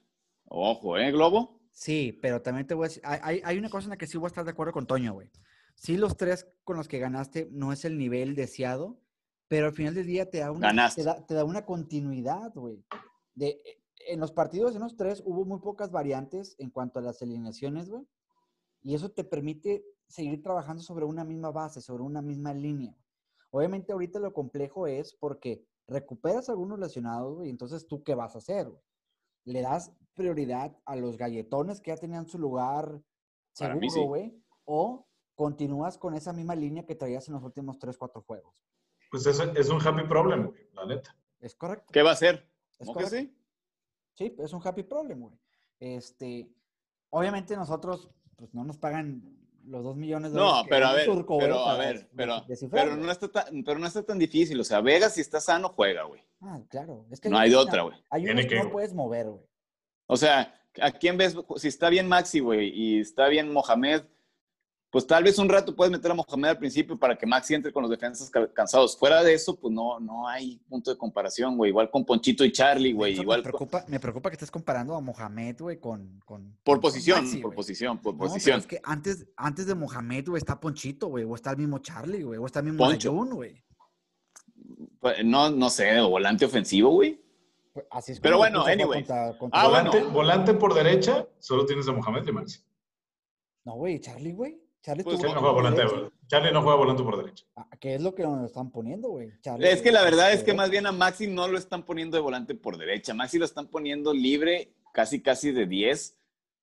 C: Ojo, ¿eh, Globo?
A: Sí, pero también te voy a decir, hay- hay, hay una cosa en la que sí voy a estar de acuerdo con Toño, güey. Sí, los tres con los que ganaste no es el nivel deseado, pero al final del día te da una,
C: Ganaste.
A: te da, te da una continuidad, güey. De, eh, en los partidos, en los tres, hubo muy pocas variantes en cuanto a las alineaciones, güey. Y eso te permite seguir trabajando sobre una misma base, sobre una misma línea. Obviamente ahorita lo complejo es porque recuperas algunos lesionados, güey, entonces tú qué vas a hacer, güey? Le das prioridad a los galletones que ya tenían su lugar
C: Para
A: seguro,
C: mí sí.
A: güey, o continúas con esa misma línea que traías en los últimos 3, 4 juegos.
B: Pues es, es un happy problem, güey, la neta.
A: ¿Es correcto?
C: ¿Qué va a hacer?
A: ¿Es
C: ¿Cómo que
A: correcto?
C: sí?
A: Sí, pues, es un happy problem, güey. Este, obviamente nosotros, pues no nos pagan los 2 millones de
C: No,
A: que
C: pero a
A: gana
C: ver,
A: Turco, güey,
C: pero a
A: ¿eh? para
C: ver,
A: des-
C: pero,
A: descifrarlo.
C: pero, no está tan, pero no está tan difícil. O sea, Vegas si está sano, juega, güey.
A: Ah, claro. Es que
C: No hay de
A: unos-
C: otra, güey.
A: Hay
B: Tiene
A: unos que
B: que,
A: no
B: güey.
A: puedes mover, güey.
C: O sea, ¿a quién ves? Si está bien Maxi, güey, y está bien Mohamed, pues tal vez un rato puedes meter a Mohamed al principio para que Maxi entre con los defensas ca- cansados. Fuera de eso, pues no, no hay punto de comparación, güey. Igual con Ponchito y Charlie,
A: De
C: güey.
A: hecho,
C: Igual
A: me,
C: con-
A: preocupa, me preocupa que estés comparando a Mohamed, güey, con, con.
C: por
A: con
C: posición,
A: Maxi,
C: por
A: güey.
C: posición, por
A: No, pero
C: posición.
A: es que antes, antes de Mohamed, güey, está Ponchito, güey, o está el mismo Charlie, güey, o está el mismo
C: Poncho.
A: Layún, güey.
C: Pues, No, no sé, o volante ofensivo, güey.
A: Pues, Así es
C: Pero
A: como
C: bueno,
A: Tuca fue
C: anyways.
A: contra- contra-
C: Ah,
B: volante,
C: bueno.
B: volante por derecha, solo tienes a Mohamed y Maxi.
A: No, güey, Charlie, güey. Charlie
C: Pues,
A: tuvo
B: Charlie no
A: que
B: juega
A: jugar
B: volante,
A: derecho.
B: güey. Charlie no juega volante por derecha.
A: Ah, ¿Qué es lo que nos están poniendo, güey? Charlie,
C: Es que
A: güey,
C: la verdad
A: por
C: es que más
A: derecha.
C: bien a Maxi no lo están poniendo de volante por derecha. Maxi lo están poniendo libre, casi casi de 10,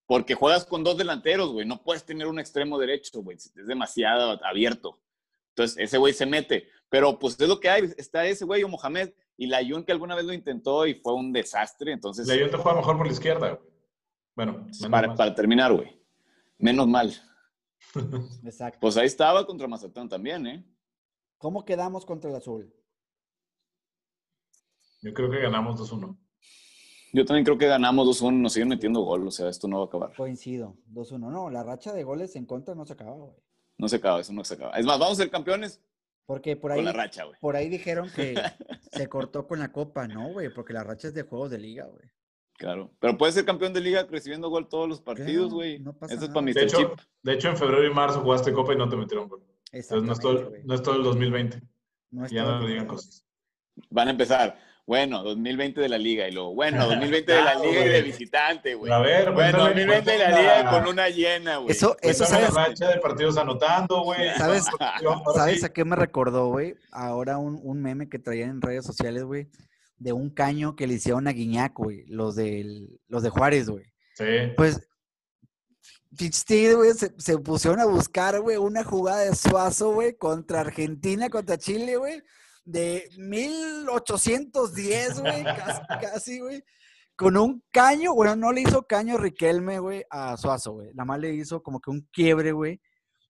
C: porque juegas con dos delanteros, güey. No puedes tener un extremo derecho, güey. Es demasiado abierto. Entonces, ese güey se mete. Pero pues es lo que hay. Está ese güey o Mohamed. Y la Jun que alguna vez lo intentó y fue un desastre. Entonces,
B: La Jun te juega mejor por la izquierda, güey. Bueno, menos
C: para,
B: mal.
C: para terminar, güey. Menos mal.
A: Exacto.
C: Pues ahí estaba contra Mazatlán también, ¿eh?
A: ¿Cómo quedamos contra el azul?
B: yo creo que ganamos 2-1.
C: Yo también creo que ganamos 2-1, nos siguen metiendo gol, o sea, esto no va a acabar.
A: Coincido. 2-1. No, la racha de goles en contra no se acaba, güey.
C: No se acaba, eso no se acaba. Es más, vamos a ser campeones
A: Porque por ahí,
C: con la racha, güey.
A: por ahí dijeron que se cortó con la copa. No, güey, porque la racha es de juegos de liga, güey.
C: Claro. Pero puedes ser campeón de liga recibiendo gol todos los partidos,
A: Claro,
C: güey.
A: no pasa
C: Eso es para
A: nada.
C: Mr.
B: De hecho,
C: Chip.
B: de hecho, en febrero y marzo jugaste Copa y no te metieron gol. Entonces no es,
A: Exactamente,
B: todo,
A: güey.
B: no es todo el 2020.
A: No es
B: Ya
A: todo
B: no
A: el
B: le digan
A: juego.
B: cosas.
C: Van a empezar. Bueno, 2020 de la liga y luego, bueno, 2020 de la
B: Claro,
C: liga y de
B: güey.
C: visitante, güey.
B: A ver,
C: Bueno,
B: cuéntame-
C: 2020 de la
B: cuéntame
C: liga
B: la-
C: con una llena, güey.
A: Eso, eso
B: cuéntame
A: sabes,
B: la racha de partidos anotando, güey.
A: ¿Sabes?
B: Yo, ahora
A: ¿Sabes
B: sí.
A: a qué me recordó, güey? Ahora un, un meme que traían en redes sociales, güey, de un caño que le hicieron a Guiñac, güey, los, del, los de Juárez, güey.
B: Sí.
A: Pues, pinches tigres, güey, se, se pusieron a buscar, güey, una jugada de Suazo, güey, contra Argentina, contra Chile, güey, de 1810, güey, casi, casi, güey. Con un caño, bueno, no le hizo caño Riquelme, güey, a Suazo, güey. Nada más le hizo como que un quiebre, güey.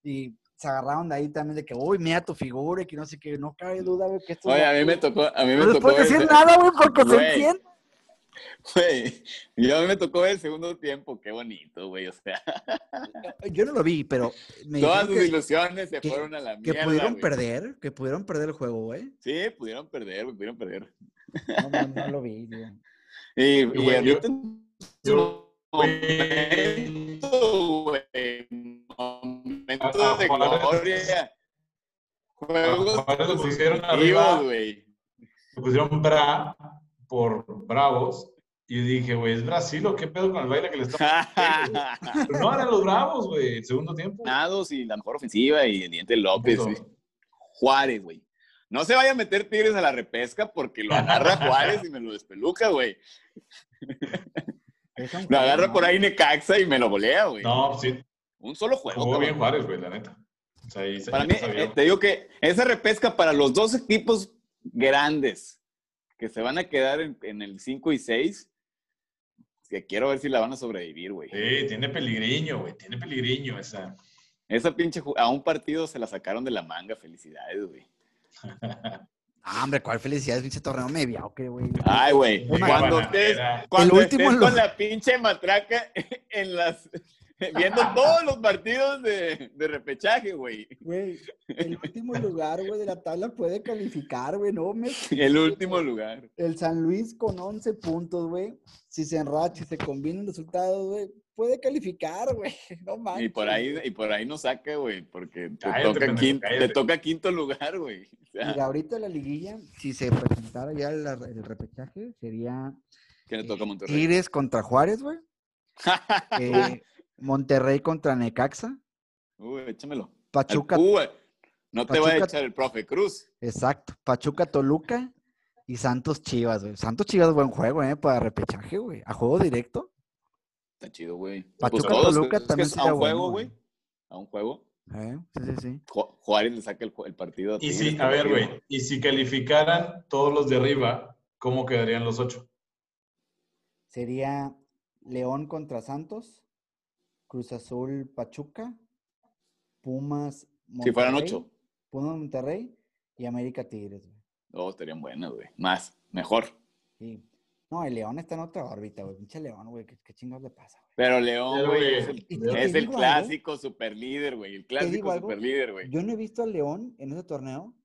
A: Y se agarraron de ahí también de que, uy, mira tu figura y que no sé qué. No cabe duda, güey, que esto...
C: Oye, a mí me tocó, a mí me
A: No les
C: tocó.
A: puedo
C: ver
A: decir
C: ese-
A: nada, güey, porque
C: Güey.
A: se entiende.
C: Güey, yo a mí me tocó ver el segundo tiempo, qué bonito, güey. O sea,
A: Yo no lo vi, pero me dijeron
C: todas sus
A: que,
C: ilusiones se
A: que-
C: fueron a la
A: que
C: mierda.
A: pudieron
C: güey.
A: perder, que pudieron perder el juego, ¿eh? güey.
C: Sí, pudieron perder, güey, pudieron perder.
A: No, no, no lo vi. digo.
C: Y,
B: güey,
C: güey,
B: yo-
C: ahorita en
B: yo-
C: su momento, güey, momento
B: A- a
C: de
B: Juárez-
C: gloria. Juegos
B: A Juárez lo pusieron
C: positivos,
B: arriba.
C: güey.
B: Me pusieron bra por bravos. Y dije, güey, ¿es Brasil o qué pedo con el baile que le están güey. Pero no eran los bravos, güey, el segundo tiempo.
C: Nados y la mejor ofensiva y el diente López,
B: Puto.
C: güey. Juárez, güey. No se vaya a meter Tigres a la repesca porque lo agarra Juárez y me lo despeluca, güey.
A: Es un
C: Lo
A: juego,
C: agarra
A: ¿no?
C: por ahí Necaxa y me lo volea, güey.
B: No, sí,
C: Un solo juego.
B: jugó
C: cabrón.
B: bien Juárez, güey, la neta. O sea, ahí se-
C: Para
B: ahí
C: mí,
B: se vio.
C: eh, te digo que esa repesca para los dos equipos grandes que se van a quedar en, en el 5 y 6, que quiero ver si la van a sobrevivir, güey.
B: Sí, tiene peligriño, güey, tiene peligriño esa.
C: Esa pinche ju- a un partido se la sacaron de la manga, felicidades, güey.
A: Ah, hombre, cuál felicidad, pinche torneo mediocre, güey.
C: Ay, güey,
A: Una
C: cuando
B: bananera.
C: estés, cuando
A: El último
C: estés
A: lo-
C: con la pinche matraca en las viendo todos los partidos de, de repechaje, güey.
A: Güey, el último lugar, güey, de la tabla puede calificar, güey, no me...
C: El último lugar.
A: El San Luis con 11 puntos, güey. Si se enracha y se combinan resultados, güey, puede calificar, güey. No mames.
C: Y por ahí, y por ahí no saca, güey, porque te,
B: Cállate,
C: toca,
B: pendejo,
C: quinto, te
B: cállate.
C: toca quinto lugar, güey. O sea,
A: Mira, ahorita la liguilla, si se presentara ya la- el repechaje, sería
C: que le toca a Monterrey.
A: Tigres contra Juárez, güey. Eh, Monterrey contra Necaxa.
C: Uy, échamelo. Al-
A: Pachuca,
C: Uy, no te va a
A: Pachuca-
C: echar el profe Cruz.
A: exacto. Pachuca, Toluca y Santos Chivas, güey. Santos Chivas, buen juego, ¿eh? Para repechaje, güey. A juego directo.
C: Está chido, güey. Pues
A: Pachuca,
C: todos,
A: Toluca
C: es que
A: también
C: es a
A: sería
C: un juego,
A: bueno,
C: güey.
A: güey.
C: A un juego.
A: ¿eh? Sí, sí, sí.
C: Ju- Juárez le saca el, ju- el partido.
B: Y
C: Tigres,
B: si, a ver,
C: partido.
B: güey, y si calificaran todos los de arriba, ¿cómo quedarían los ocho?
A: Sería León contra Santos, Cruz Azul, Pachuca, Pumas,
C: Si fueran
A: Monterrey,
C: ocho.
A: Pumas, Monterrey y América Tigres, güey.
C: Oh, estarían buenas, güey. Más, mejor.
A: Sí. No, el León está en otra órbita, güey. Pinche León, güey. ¿Qué, qué chingados le pasa, güey?
C: Pero León,
B: Pero,
C: güey,
B: güey,
C: es el,
A: Y
B: León.
A: te
C: es el
A: digo ¿eh? algo,
C: clásico super líder, güey. El clásico
A: digo algo,
C: super líder, güey.
A: Yo no he visto al León en ese torneo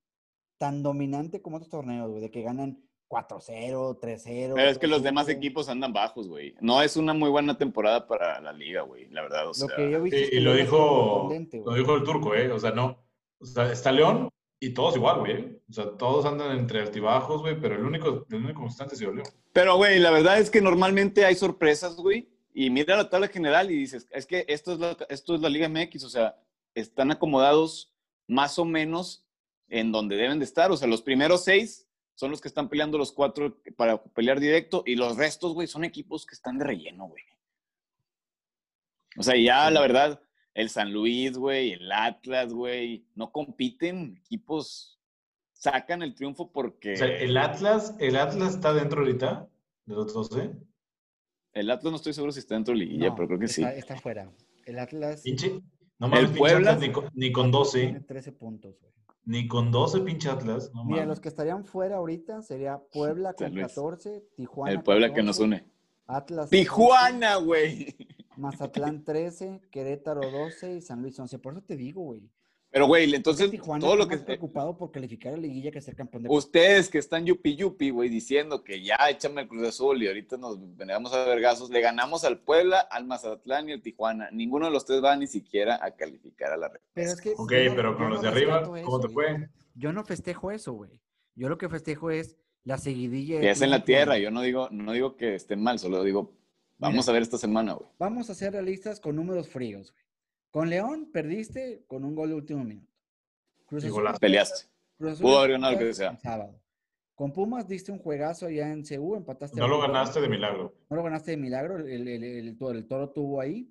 A: tan dominante como otros torneos, güey, de que ganan 4-0, 3-0.
C: Pero es que los demás
A: 2-1.
C: equipos andan bajos, güey. No es una muy buena temporada para la liga, güey. La verdad, o
A: Lo
C: sea.
A: que yo he visto.
B: Sí,
A: es que
B: Eh, y lo
A: León ha sido
B: dijo,
A: contundente,
B: lo
A: güey.
B: dijo el turco, ¿eh? O sea, no. O sea, está León y todos igual, güey. eh. O sea, todos andan entre altibajos, güey, pero el único, el único constante ha sido León.
C: Pero, güey, la verdad es que normalmente hay sorpresas, güey. Y mira la tabla general y dices, es que esto es la, esto es la Liga MX, o sea, están acomodados más o menos en donde deben de estar. O sea, los primeros seis son los que están peleando los cuatro para pelear directo y los restos, güey, son equipos que están de relleno, güey. O sea, ya la verdad, el San Luis, güey, el Atlas, güey, no compiten, equipos sacan el triunfo porque...
B: O sea, el Atlas, el Atlas está dentro ahorita de los 12.
C: El Atlas no estoy seguro si está dentro de liguilla,
A: No,
C: pero creo que
A: está,
C: sí.
A: Está fuera. El Atlas
B: Pinche. No mames,
C: El
B: pinche
C: Puebla-
B: Atlas, ni, con, ni con 12.
A: tiene 13 puntos, güey.
B: Ni con 12 pinche Atlas. No
A: Mira,
B: mames.
A: los que estarían fuera ahorita sería Puebla
C: San
A: con
C: Luis.
A: 14, Tijuana.
C: El Puebla que
A: 14,
C: nos une.
A: Atlas. 13,
C: Tijuana, güey.
A: Mazatlán 13, Querétaro 12 y San Luis 11. Por eso te digo, güey.
C: Pero, güey, entonces
A: Tijuana
C: todo lo
A: está
C: que...
A: más preocupado por calificar a liguilla que ser campeón de
C: Ustedes que están yupi yupi, güey, diciendo que ya échame el Cruz Azul y ahorita nos veníamos a vergazos, le ganamos al Puebla, al Mazatlán y al Tijuana. Ninguno de los tres va ni siquiera a calificar a la red.
A: Pero es que
B: Ok,
A: yo no-
B: pero
A: yo
B: con
A: no
B: los de arriba,
A: rescato eso,
B: ¿cómo te
A: güey.
B: fue?
A: Yo no festejo eso, güey. Yo lo que festejo es la seguidilla. de
C: Que es en la
A: triunfos,
C: tierra,
A: güey.
C: yo no digo, no digo que estén mal, solo digo, vamos
A: Mira.
C: a ver esta semana, güey.
A: Vamos a hacer realistas con números fríos, güey. Con León perdiste con un gol de último minuto. Cruz
B: Y
A: Azul-
B: golazo.
C: Peleaste.
A: Cruz Azul
C: Pudo
A: en
C: haber ganado lo
A: Pumas
C: que sea.
A: el sábado. Con Pumas diste un juegazo allá en CU, empataste. a
B: No lo
A: uno.
B: ganaste de milagro.
A: No lo ganaste de milagro, el, el- el- el to- el toro tuvo ahí.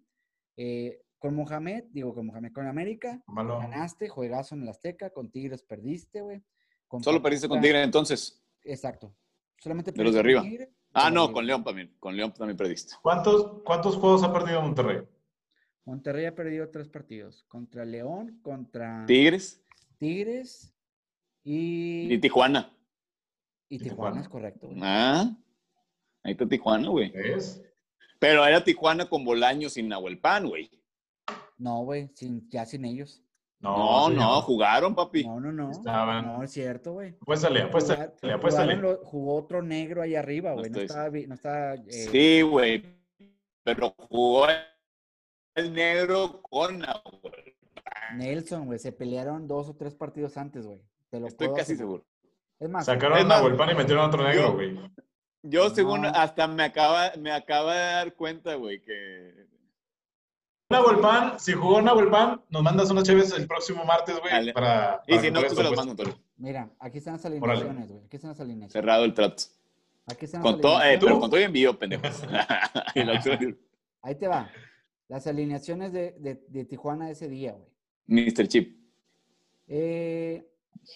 A: Eh, con Mohamed, digo con Mohamed, con América,
B: Malo.
A: ganaste, juegazo en el Azteca, con Tigres perdiste, güey. Con
C: Solo perdiste con
A: Pachuca-
C: Tigre entonces.
A: Exacto. Solamente
C: De los de
A: perdiste
C: arriba.
A: con Eh, Tigre,
C: Ah,
A: con
C: no,
A: León.
C: con León también. Con León también perdiste.
B: ¿Cuántos, ¿Cuántos juegos ha perdido Monterrey?
A: Monterrey ha perdido tres partidos. Contra León, contra
C: Tigres
A: Tigres y,
C: y Tijuana.
A: y Tijuana,
B: Tijuana.
A: es correcto. güey.
C: Ah, ahí está Tijuana, güey.
B: ¿Ves?
C: Pero era Tijuana con Bolaños y Nahuel Pan, güey.
A: No, güey, sin, ya sin ellos.
C: No,
B: señor.
C: no, jugaron, papi.
A: No, no, no.
B: Estaban-
A: No, es cierto, güey.
B: Apuéstale, apuéstale,
A: Jugar-
B: apuéstale.
A: jugaron lo- jugó otro negro ahí arriba, güey. No,
C: estoy-
A: estaba, vi- no estaba, eh,
C: Sí, güey. Pero jugó el negro con Nahuel.
A: Nelson, güey. Se pelearon dos o tres partidos antes, güey. Te lo
C: Estoy
A: puedo
C: casi
A: asegurar.
C: seguro.
A: Es más,
B: Sacaron
C: Es
B: a
C: más,
B: Nahuel Pan y metieron a otro negro,
C: yo-
B: güey.
C: Yo, según,
A: Pues No.
C: hasta me acaba, me acaba de dar cuenta, güey, que.
B: Nahuel Pan, si jugó Nahuel Pan, nos mandas unas chaves el próximo martes, güey,
C: Dale.
B: para,
C: Y
B: para
C: si
B: que
C: no,
B: juegues
C: tú se
B: tu
C: las
B: apuesta.
C: mando, Antonio.
A: mira, aquí están las
B: Órale.
A: alineaciones, güey. Aquí están las alineaciones.
C: Cerrado el trato.
A: Aquí están las
C: Con todo, eh,
A: alineaciones.
C: pero con todo y envío, pendejos. Y lo otro-
A: Ahí te va. Las alineaciones de, de- de Tijuana ese día, güey.
C: Mr. Chip.
A: Eh,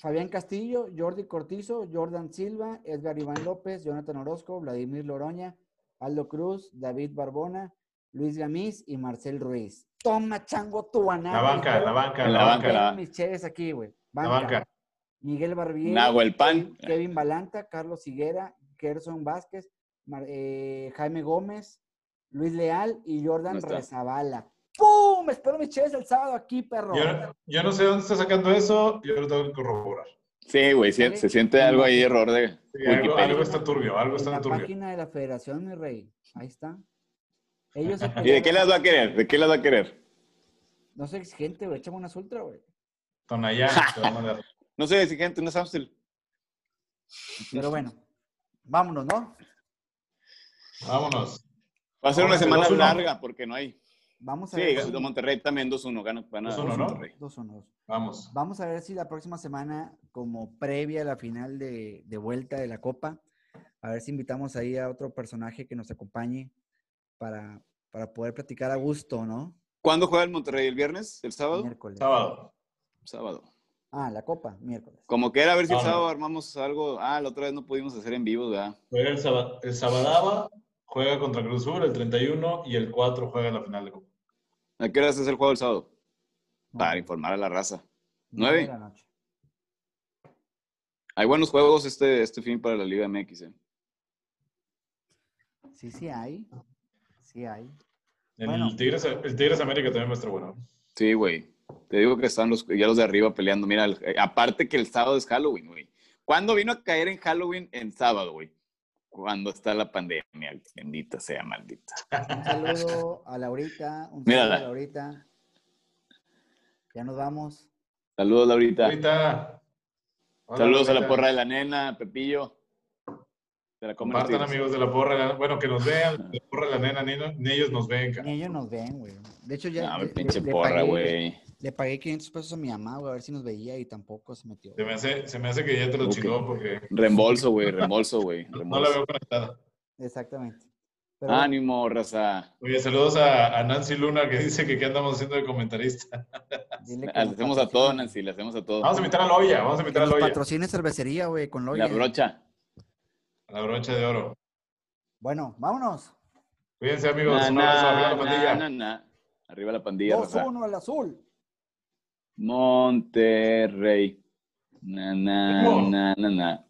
A: Fabián Castillo, Jordi Cortizo, Jordan Silva, Edgar Iván López, Jonathan Orozco, Vladimir Loroña, Aldo Cruz, David Barbona, Luis Gamiz y Marcel Ruiz. Toma, chango, tu
B: La banca, la banca,
C: En
B: la
C: la
B: banca,
C: banca.
B: la
A: Tengo mis cheves aquí, güey. Banca.
B: banca.
A: Miguel Barbieri,
C: Nahuel Pan.
A: Kevin- Kevin Balanta, Carlos Higuera, Gerson Vázquez, Mar- eh, Jaime Gómez, Luis Leal y
C: No
A: Jordan
C: está.
A: Rezabala. ¡Pum! Espero mis cheves el sábado aquí, perro.
B: Yo, yo no sé dónde está sacando eso, yo lo tengo que corroborar.
C: Sí, güey, sí,
A: Dale.
C: se siente algo ahí, error de
B: Sí, algo,
C: Wikipedia.
B: algo está turbio, algo
A: En
B: está
A: la
B: turbio.
A: página de la federación, mi rey. Ahí está. Ellos se
C: ¿Y de
A: pelearon-
C: qué las va a querer? ¿De qué las va a querer?
A: No soy exigente, güey. Échame unas ultra, güey.
B: Tonayán, te va a mandar.
C: No sé, exigente, no es Amstel.
A: Pero bueno, vámonos, ¿no?
B: Vámonos.
C: Va a ser una
B: Ahora,
C: semana
B: 2-1.
C: larga porque no hay.
A: Vamos a
C: Sí,
A: ver.
C: de Monterrey también 2-1, ganan, van a
B: 2-1, ¿no?
C: Monterrey.
A: Dos o no.
B: Vamos.
A: Vamos a ver si la próxima semana, como previa a la final de, de vuelta de la Copa, a ver si invitamos ahí a otro personaje que nos acompañe para, para poder platicar a gusto, ¿no?
C: ¿Cuándo juega el Monterrey? ¿El viernes? ¿El sábado?
A: Miércoles.
B: Sábado.
C: Sábado.
A: Ah, la Copa, miércoles.
C: Como que era, a ver si el
B: Sábado.
C: sábado armamos algo. Ah, la otra vez no pudimos hacer en vivo, ¿verdad?
B: Juega el, Saba- el Sabadaba, juega contra Cruz Azul el 31 y el 4 juega la final de Copa.
C: ¿A qué horas es el juego el sábado?
A: No,
C: Para informar a la raza.
A: nueve de
C: nueve.
A: la noche.
C: Hay buenos juegos este, este fin para la Liga MX, ¿eh?
A: Sí, sí hay. Sí hay.
B: El,
A: Bueno.
B: Tigres, el Tigres América también va a estar bueno.
C: Sí, güey. Te digo que están los, ya los de arriba peleando. Mira, el- eh, aparte que el sábado es Halloween, güey. ¿Cuándo vino a caer en Halloween? En sábado, güey. Cuando está la pandemia. Bendita sea, maldita.
A: Un saludo a Laurita. Un saludo a
C: Mírala.
A: Laurita. Ya nos vamos.
C: Saludos, Laurita.
B: Ahorita. Hola,
C: Saludos a la
B: ahorita.
C: porra de la nena, a Pepillo. Se la comen los
B: Compartan,
C: tigres.
B: amigos de la porra. de la- Bueno, que nos vean. La porra de la nena, ni, no- ni ellos nos ven.
A: Ni
B: cara.
A: ellos nos ven, güey. De hecho, ya. le-
C: No, mi
A: le-
C: Ah, pinche
A: le
C: porra,
A: pagué-
C: güey.
A: Le pagué 500 pesos a mi mamá, güey, a ver si nos veía y tampoco se metió.
B: Se me, hace, se me hace que ya te lo
C: Ok.
B: chingó porque
C: Reembolso, güey, reembolso, güey.
B: no la
C: reembolso.
B: veo conectada.
A: Exactamente. Pero,
C: Ah, Ánimo, raza.
B: Oye, saludos a, a Nancy Luna que dice que qué andamos haciendo de comentarista.
A: dile
C: Le
A: que nos
C: hacemos a
A: patrocine.
C: todo, Nancy, le hacemos a todo.
B: Vamos a invitar a Loya, vamos a
A: Que
B: invitar a
A: nos
B: Loya.
A: patrocine cervecería, güey, con Loya.
C: La brocha.
B: a La brocha de oro.
A: Bueno, vámonos.
B: Cuídense, amigos.
C: Na,
B: Un abrazo,
C: na,
B: arriba la
C: na,
B: pandilla.
C: na, na. Arriba la pandilla, raza.
A: 2-1 al azul.
C: Monterrey. Na, na,
B: ¿Cómo?
C: na, na, na.